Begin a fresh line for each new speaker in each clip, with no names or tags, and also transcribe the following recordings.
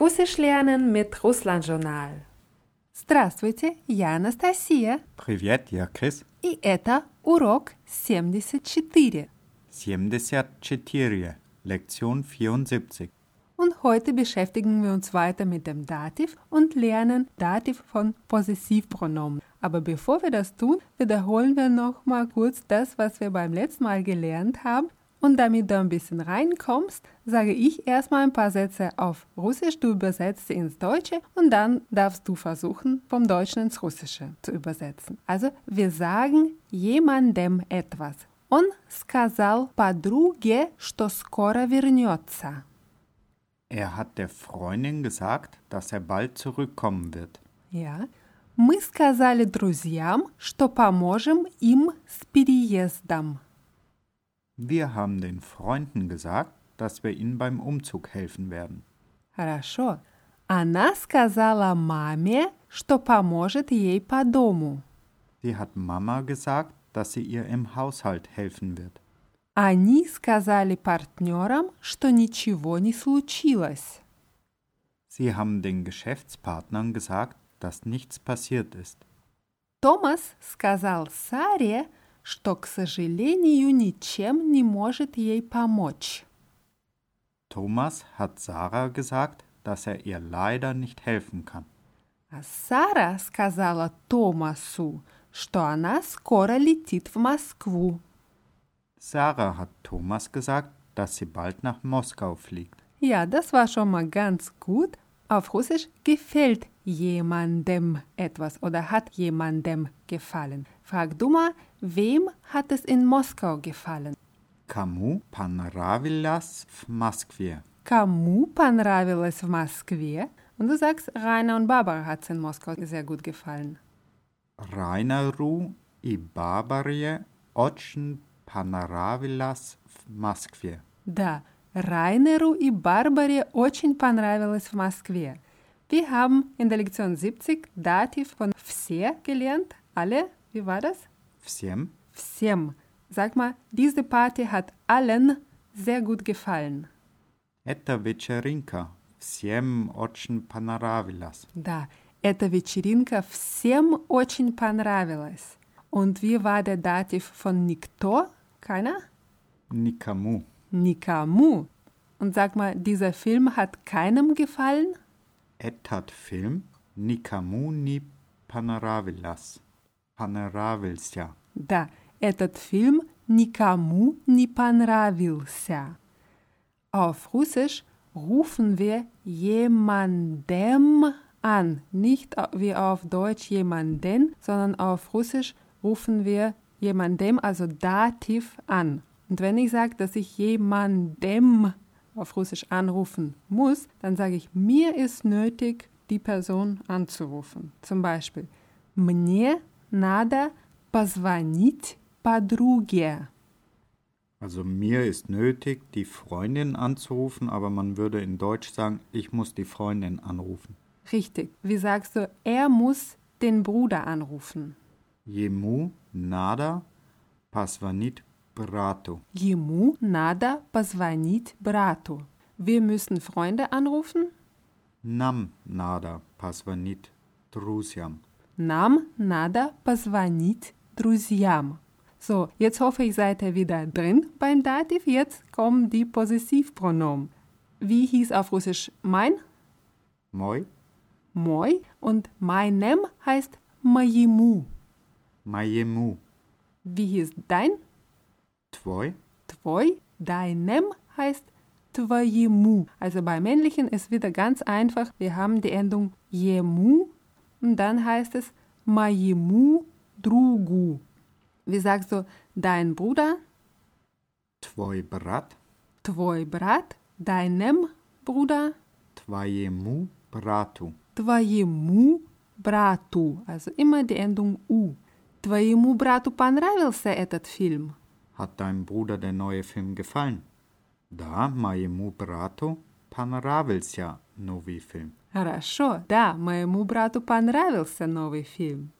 Russisch lernen mit Russland Journal.
Здравствуйте, я Анастасия,
Привет, я Крис.
и это урок 74.
74. Lektion 74.
Und heute beschäftigen wir uns weiter mit dem Dativ und lernen Dativ von Possessivpronomen. Aber bevor wir das tun, wiederholen wir nochmal kurz das, was wir beim letzten Mal gelernt haben. Und damit du ein bisschen reinkommst, sage ich erstmal ein paar Sätze auf Russisch, du übersetzt sie ins Deutsche und dann darfst du versuchen, vom Deutschen ins Russische zu übersetzen. Also wir sagen jemandem etwas. Он сказал подруге, что скоро вернется.
Er hat der Freundin gesagt, dass er bald zurückkommen wird.
Я. Мы сказали друзьям, что поможем им с переездом.
Wir haben den Freunden gesagt, dass wir ihnen beim Umzug helfen werden.
Хорошо. Она сказала маме, что поможет ей по дому.
Sie hat Mama gesagt, dass sie ihr im Haushalt helfen wird.
Они сказали партнерам, что ничего не случилось.
Sie haben den Geschäftspartnern gesagt, dass nichts passiert ist.
Томас сказал Саре, что, к сожалению, ничем не может ей помочь.
Thomas hat Sarah gesagt, dass er ihr leider nicht helfen kann.
А Сара сказала Томасу, что она скоро летит в Москву.
Sarah hat Thomas gesagt, dass sie bald nach Moskau fliegt.
Ja, das war schon mal ganz gut. Auf Russisch gefällt jemandem etwas oder hat jemandem gefallen. Frag du mal, wem hat es in Moskau gefallen?
Кому понравилось в Москве?
Кому понравилось в Москве? Und du sagst, Rainer und Barbara hat es in Moskau sehr gut gefallen.
Райнару и Барбаре очень понравилось в Москве.
Да, Райнеру и Барбаре очень понравилось в Москве. Wir haben in der Lektion 70 Dativ von все gelernt. Alle, wie war das?
Всем
всем. Sag mal, diese Party hat allen sehr gut gefallen.
эта вечеринка всем очень понравилась.
Да, эта вечеринка всем очень понравилась. Und wie war der Dativ von никто? Keiner?
Никому.
Никому. Und sag mal, dieser Film hat keinem gefallen?
Этот фильм никому не понравилось. Понравился.
Да, этот фильм никому не понравился. Auf Russisch rufen wir jemandem an. Nicht au- wie auf Deutsch jemanden, sondern auf Russisch rufen wir jemandem, also Dativ, an. Und wenn ich sage, dass ich jemandem auf Russisch anrufen muss, dann sage ich, mir ist nötig, die Person anzurufen. Zum Beispiel, мне надо позвонить подруге.
Also mir ist nötig, die Freundin anzurufen, aber man würde in Deutsch sagen, ich muss die Freundin anrufen.
Richtig. Wie sagst du, er muss den Bruder anrufen?
Ему надо позвонить брату.
Ему надо позвонить брату. Wir müssen Freunde anrufen.
Нам надо позвонить друзьям.
Нам надо позвонить друзьям. So, jetzt hoffe ich, seid ihr wieder drin beim Dativ. Jetzt kommen die Possessivpronomen. Wie hieß auf Russisch mein?
Мой,
Moi. Und meinem heißt моему.
моему,
Wie hieß dein?
твой,
Твой, deinem heißt твоему. Also bei männlichen ist wieder ganz einfach. Wir haben die Endung jemu und dann heißt es моему другу. Wie sagst du dein Bruder,
твой брат,
твой брат, deinem Bruder,
твоему брату.
твоему брату? Also immer die Endung u. Твоему брату понравился этот фильм?
Hat deinem Bruder der neue Film gefallen? Да, моему брату понравился новый фильм.
Хорошо, да, моему брату понравился новый фильм.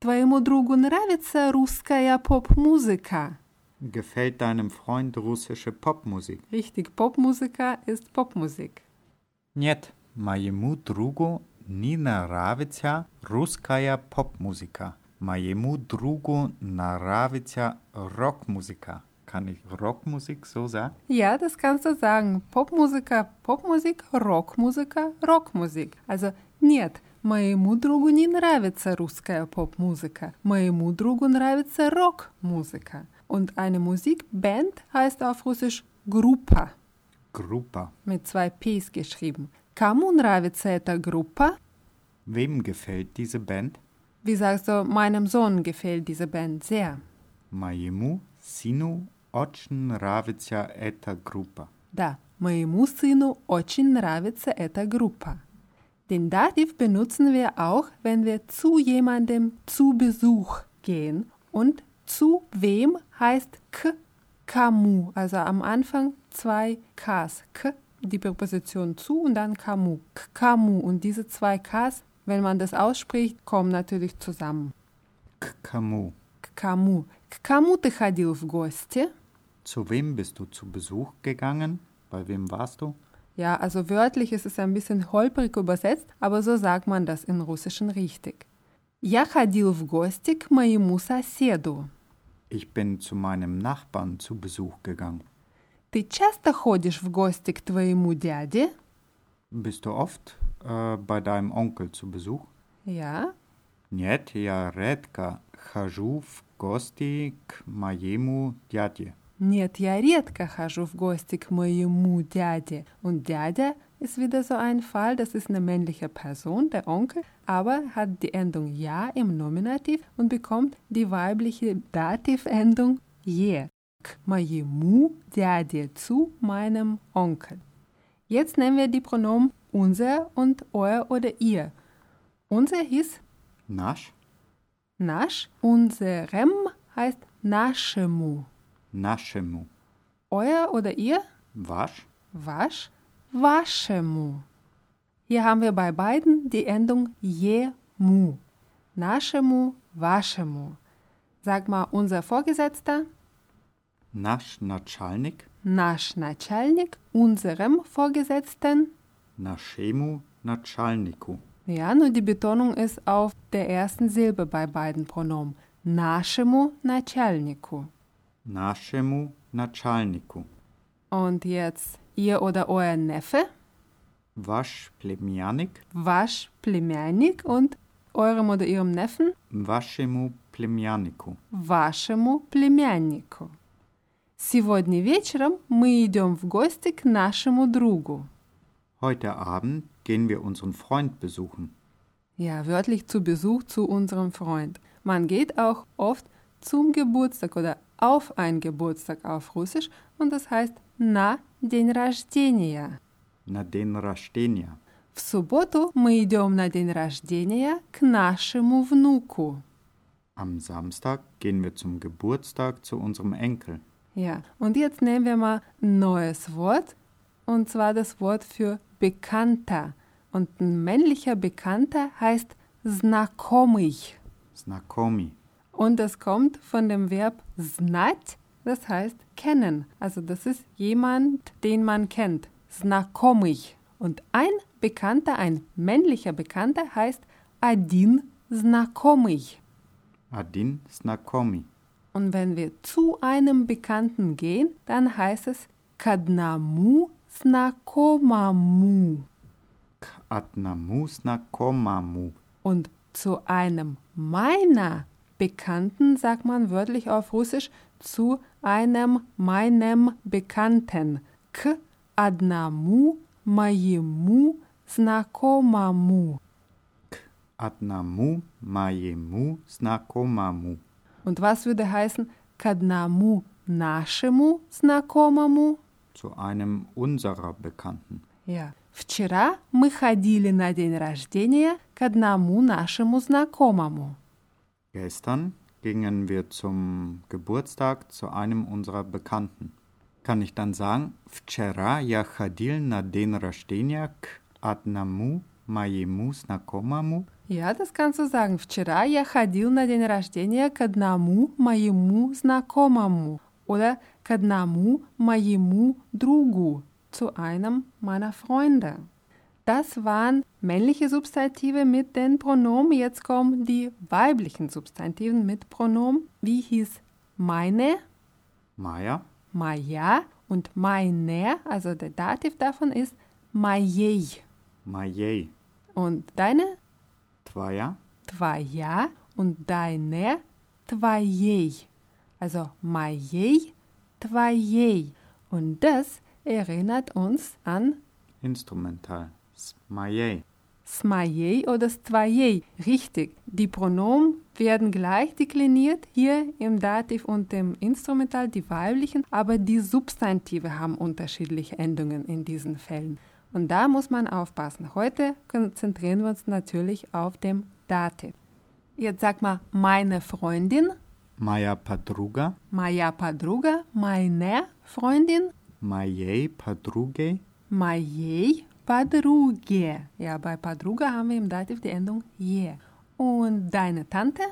Твоему другу нравится русская поп-музыка?
Gefällt deinem Freund russische Popmusik?
Richtig, Popmusiker ist Popmusik.
Нет, Моему другу не нравится русская Popmusika. Моему другу нравится Rockmusika. Kann ich Rockmusik so sagen?
Ja, das kannst du sagen. Popmusiker, Popmusik, Rockmusiker, Rockmusik. Also нет, моему другу не нравится русская поп-музыка. Моему другу нравится рок-музыка. Und eine Musikband heißt auf Russisch Группа
Gruppe.
mit zwei Ps geschrieben. Кому нравится эта группа?
Wem gefällt diese Band?
Wie sagst du, meinem Sohn gefällt diese Band sehr.
Моему сыну очень нравится эта группа.
Да, моему сыну очень нравится эта группа. Den Dativ benutzen wir auch, wenn wir zu jemandem zu Besuch gehen. Und zu wem heißt k, kamu. Also am Anfang zwei ks, k, die Präposition zu und dann kamu, k, kamu. Und diese zwei ks, wenn man das ausspricht, kommen natürlich zusammen.
К кому?
К kamu. К kamu ты ходил в гости?
Zu wem bist du zu Besuch gegangen? Bei wem warst du?
Ja, also wörtlich ist es ein bisschen holprig übersetzt, aber so sagt man das im Russischen richtig. Я ходил в гости к моему соседу.
Ich bin zu meinem Nachbarn zu Besuch gegangen.
Ты часто ходишь в гости к твоему дяде?
Bist du oft äh, bei deinem Onkel zu Besuch?
Ja.
Нет, я редко хожу в гости к моему дяде.
Нет, я редко хожу в гости к моему дяде. Und дядя ist wieder so ein Fall, das ist eine männliche Person, der Onkel, aber hat die Endung ja im Nominativ und bekommt die weibliche Dativendung je. К моему дяде, zu meinem Onkel. Jetzt nehmen wir die Pronomen unser und euer oder ihr. Unser hieß
Наш?
наш, unserem heißt нашему.
Нашему.
Euer oder ihr
Ваш?
Wasch, waschemu. Hier haben wir bei beiden die Endung jemu. Naschemu, waschemu. Sag mal, unser Vorgesetzter,
Наш начальник?
наш начальник, unserem Vorgesetzten.
Нашему начальнику.
Ja, nur die Betonung ist auf der ersten Silbe bei beiden Pronomen. Нашему начальнику.
Нашему начальнику.
Und jetzt ihr oder euer Neffe,
Ваш племянник?
ваш племянник und eurem oder ihrem Neffen,
Вашему племяннику.
вашему племяннику. Сегодня вечером мы идем в гости к нашему другу.
Heute Abend gehen wir unseren Freund besuchen.
Ja, wörtlich zu Besuch zu unserem Freund. Man geht auch oft zum Geburtstag oder auf einen Geburtstag auf Russisch und das heißt на день рождения.
На день рождения.
В субботу мы идем на день рождения к нашему внуку.
Am Samstag gehen wir zum Geburtstag zu unserem Enkel.
Ja, und jetzt nehmen wir mal ein neues Wort, und zwar das Wort für Bekannter. Und ein männlicher Bekannter heißt знакомый.
Znakomi.
Und das kommt von dem Verb знать, das heißt kennen. Also das ist jemand, den man kennt. Знакомый. Und ein Bekannter, ein männlicher Bekannter heißt один знакомый.
Adin Znakomi.
Und wenn wir zu einem Bekannten gehen, dann heißt es к одному знакомому.
K Adnamu Znakomamu.
Und zu einem meiner Bekannten sagt man wörtlich auf Russisch zu einem meinem Bekannten. К одному моему знакомому.
Adnamu Majemu Znakomamu.
Und was würde heißen к одному нашему знакомому?
Zu einem unserer Bekannten.
Ja. Вчера мы ходили на день рождения к одному нашему знакомому.
Gestern gingen wir zum Geburtstag zu einem unserer Bekannten. Kann ich dann sagen, вчера я ходил на день рождения к одному моему знакомому?
Я das kannst du sagen. Вчера я ходил на день рождения к одному моему знакомому oder к одному моему другу, zu einem meiner Freunde. Das waren männliche Substantive mit den Pronomen. Jetzt kommen die weiblichen Substantiven mit Pronomen. Wie hieß meine,
Maya,
Maya und meine, also der Dativ davon ist Majej.
Majej,
Und deine
Twaja,
Twaja und deine Twajej. Also Majej, Twajej. Und das erinnert uns an
Instrumental. Smajej,
Smajej oder Stvajej. Richtig, die Pronomen werden gleich dekliniert, hier im Dativ und im Instrumental, die weiblichen, aber die Substantive haben unterschiedliche Endungen in diesen Fällen. Und da muss man aufpassen. Heute konzentrieren wir uns natürlich auf dem Dativ. Jetzt sag mal, meine Freundin,
Maya Padruga,
Maya Padruga, meine Freundin,
Majej Padrugej,
моей подруге. Ja, bei Padruga haben wir im Dativ die Endung je. Und deine Tante,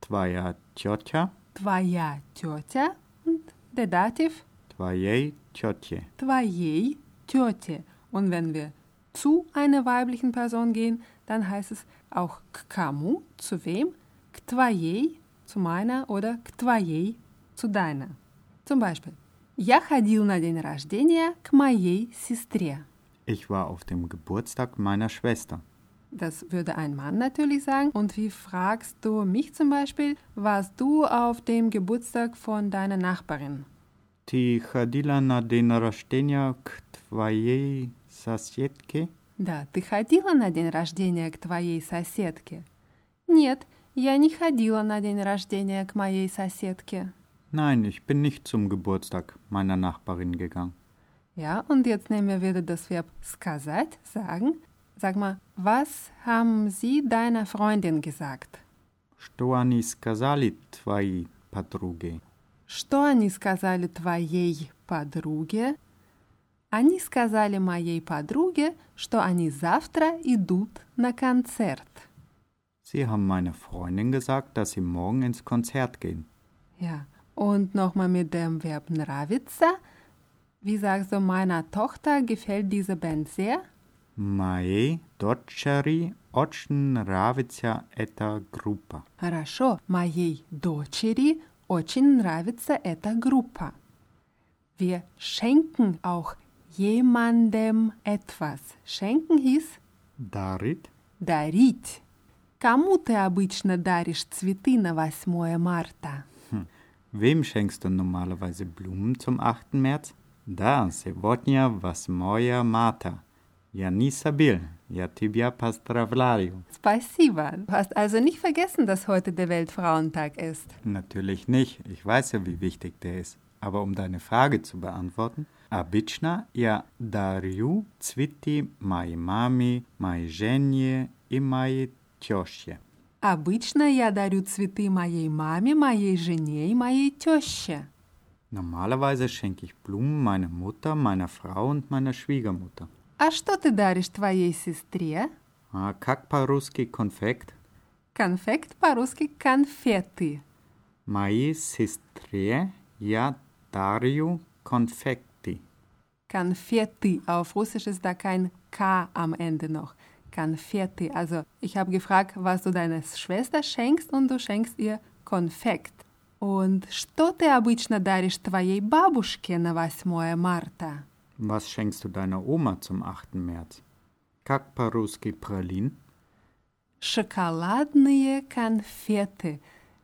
Twaja Tjotja,
твоя тетя und der Dativ
Twajej Tjotje,
твоей тете. Und wenn wir zu einer weiblichen Person gehen, dann heißt es auch к кому, zu wem, к твоей, zu meiner oder к твоей, zu deiner. Zum Beispiel, я ходил на день рождения к моей сестре.
Ich war auf dem Geburtstag meiner Schwester.
Das würde ein Mann natürlich sagen. Und wie fragst du mich zum Beispiel, warst du auf dem Geburtstag von deiner Nachbarin?
Ty ходила на день рождения к твоей соседке?
Да, ты ходила на день рождения к твоей соседке? Нет, я не ходила на день рождения к моей соседке.
Nein, ich bin nicht zum Geburtstag meiner Nachbarin gegangen.
Ja, und jetzt nehmen wir wieder das Verb сказать, sagen. Sag mal, was haben sie deiner Freundin gesagt?
Что они сказали твои подруги?
Что они сказали твоей подруге? Они сказали моей подруге, что они завтра идут на концерт.
Sie haben meiner Freundin gesagt, dass sie morgen ins Konzert gehen.
Ja. Und nochmal mit dem Verb нравится. Wie sagst du, meiner Tochter gefällt diese Band sehr?
Моей дочери очень нравится эта группа.
Хорошо, моей дочери очень нравится эта группа. Wir schenken auch jemandem etwas. Schenken hieß
Darit,
Дарить. Кому ты обычно даришь цветы на 8 марта?
wem schenkst du normalerweise Blumen zum 8. März? Da, сегодня 8 марта. Я не sabil, я тебя поздравляю.
Спасибо. Du hast also nicht vergessen, dass heute der Weltfrauentag ist.
Natürlich nicht. Ich weiß ja, wie wichtig der ist. Aber um deine Frage zu beantworten, обычно я дарю цветы моей маме, моей жене и моей теще.
Обычно я дарю цветы моей маме, моей жене и моей теще.
Normalerweise schenke ich Blumen meiner Mutter, meiner Frau und meiner Schwiegermutter.
А что ты даришь твоей сестре?
А как по-русски конфект?
Конфект по-русски конфеты.
Моей сестре я дарю конфекты.
Konfetti. Auf Russisch ist da kein K am Ende noch. Konfetti. Also ich habe gefragt, was du deiner Schwester schenkst und du schenkst ihr Konfekt. Und что ты обычно даришь твоей бабушке на 8 марта?
Was schenkst du deiner Oma zum 8. März? Как по-русски пролин?
Schokoladные Konfete.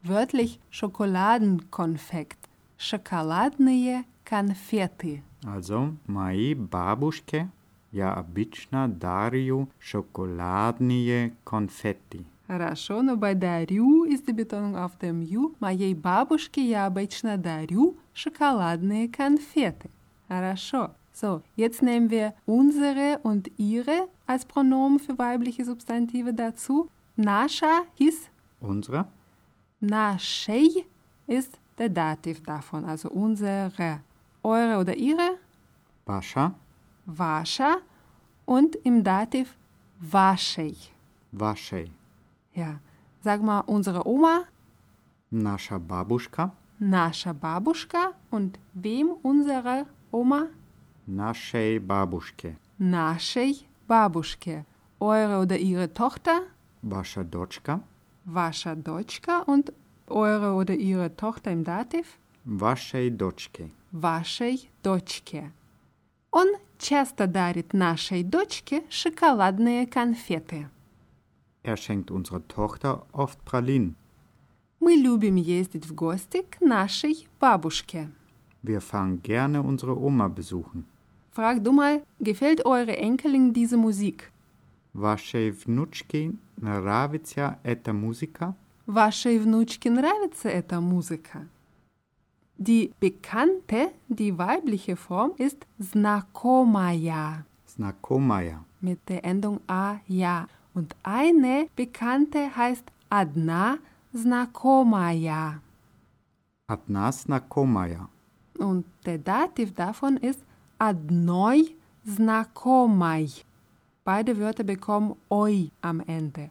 Wörtlich Schokoladenkonfekt. Schokoladные Konfetti.
Also, моей бабушке я обычно дарю шоколадные конфетти.
Хорошо, но bei дарю ist die Betonung auf dem Ju. Моей бабушке я обычно дарю шоколадные конфеты. Хорошо. So, jetzt nehmen wir unsere und ihre als Pronomen für weibliche Substantive dazu. Наша hieß
Unsere?
нашей ist der Dativ davon, also unsere. Eure oder ihre?
Ваша?
Ваша und im Dativ вашей.
Вашей.
Ja, sag mal unsere Oma.
Наша бабушка?
Nascha Babuschka und wem unserer Oma?
Нашей бабушке.
Naschei Babuschke, eure oder ihre Tochter,
Wascha Dotschka,
Wascha Dotschka und eure oder ihre Tochter im Dativ,
Waszej Dotschke.
вашей дочке. Он часто дарит нашей дочке шоколадные конфеты.
Er schenkt unserer Tochter oft Pralinen.
Мы любим ездить в гости к нашей бабушке.
Wir fahren gerne unsere Oma besuchen.
Frag du mal, gefällt eure Enkelin diese Musik?
Waszej Wnutschki narawicja eta muzika?
Вашей внучке нравится эта музыка? Die bekannte, die weibliche Form ist знакомая
Znakomaja.
mit der Endung a ja und eine bekannte heißt одна знакомая.
Adna Znakomaja.
Und der Dativ davon ist одной знакомой. Beide Wörter bekommen ой am Ende.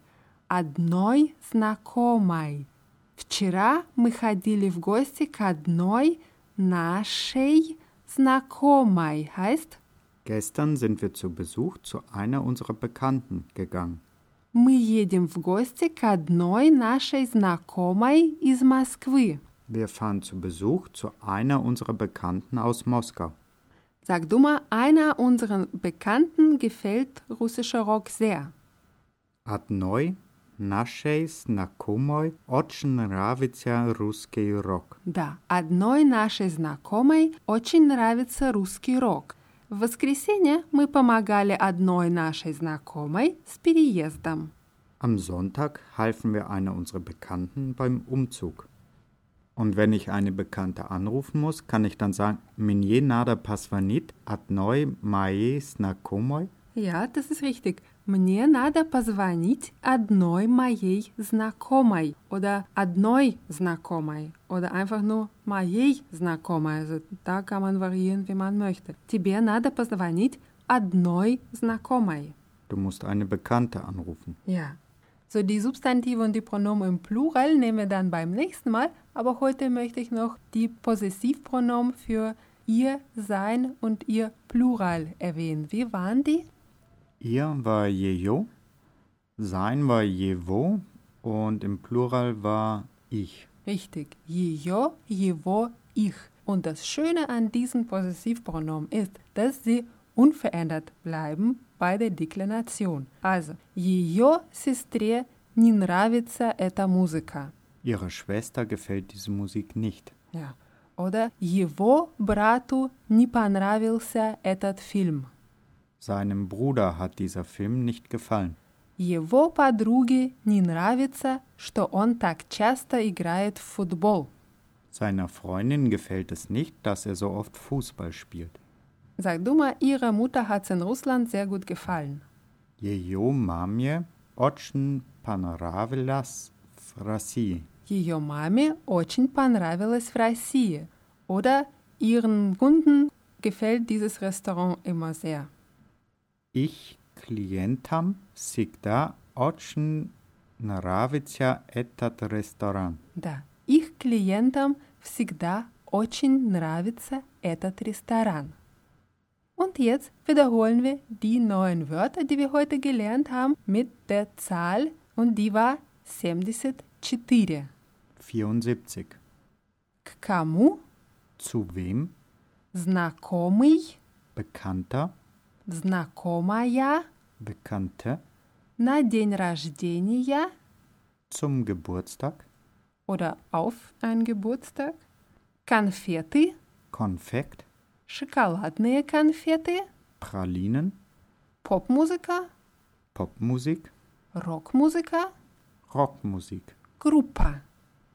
Одной знакомой. Вчера мы ходили в гости к одной нашей знакомой. Heißt,
Gestern sind wir zu Besuch zu einer unserer Bekannten gegangen.
мы едем в гости к одной нашей знакомой из Москвы.
Wir fahren zu Besuch zu einer unserer Bekannten aus Moskau.
Sag du mal, einer unserer Bekannten gefällt russischer Rock sehr.
Adnoi, naszej znakomoj, очень нравится русский рок.
Да, одной нашей знакомой очень нравится русский рок. В воскресенье мы помогали одной нашей знакомой с переездом.
Am Sonntag halfen wir einer unserer Bekannten beim Umzug. Und wenn ich eine Bekannte anrufen muss, kann ich dann sagen, Minje nada pasvanit, adnoi maje znakomoj.
Ja, das ist richtig. Мне надо позвонить одной моей знакомой oder одной знакомой oder einfach nur моей знакомой. Also, da kann man variieren, wie man möchte. Тебе надо позвонить одной знакомой.
Du musst eine Bekannte anrufen.
Ja. So, die Substantive und die Pronomen im Plural nehmen wir dann beim nächsten Mal, aber heute möchte ich noch die Possessivpronomen für ihr Sein und ihr Plural erwähnen. Wie waren die?
Ihr war jejo, sein war jewo und im Plural war ich.
Richtig. Ее, его, ich. Und das Schöne an diesen Possessivpronomen ist, dass sie unverändert bleiben bei der Deklination. Also, ее сестре не нравится эта музыка.
Ihrer Schwester gefällt diese Musik nicht.
Ja. Oder его брату не понравился этот фильм.
Seinem Bruder hat dieser Film nicht gefallen.
Его подруге не нравится, что он так часто играет в футбол.
Seiner Freundin gefällt es nicht, dass er so oft Fußball spielt.
Sag du mal, ihrer Mutter hat's in Russland sehr gut gefallen.
Jejo mamje ochen panaravilas frasi.
Ее маме очень понравилось в России. Oder ihren Kunden gefällt dieses Restaurant immer sehr.
Ich klientam sigda ochen naravitsa etat restaurant.
Да, их клиентам всегда очень нравится этот ресторан. Und jetzt wiederholen wir die neuen Wörter, die wir heute gelernt haben, mit der Zahl und die war 74.
74.
К кому
Zu wem?
знакомый,
Bekannter,
знакомая
Bekannte,
на день рождения
zum Geburtstag,
oder auf einen Geburtstag, Konfetti,
Konfekt,
шоколадные конфеты,
Pralinen,
Popmusiker,
Popmusik,
Rockmusiker,
Rockmusik,
Группа.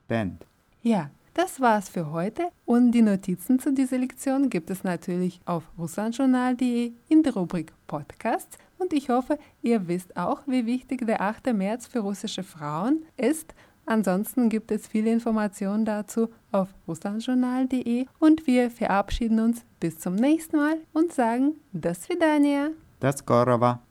Band.
Ja, das war's für heute und die Notizen zu dieser Lektion gibt es natürlich auf russlandjournal.de in der Rubrik Podcasts und ich hoffe, ihr wisst auch, wie wichtig der 8. März für russische Frauen ist. Ansonsten gibt es viele Informationen dazu auf russlandjournal.de und wir verabschieden uns bis zum nächsten Mal und sagen, das Vidania!
Das Gorava.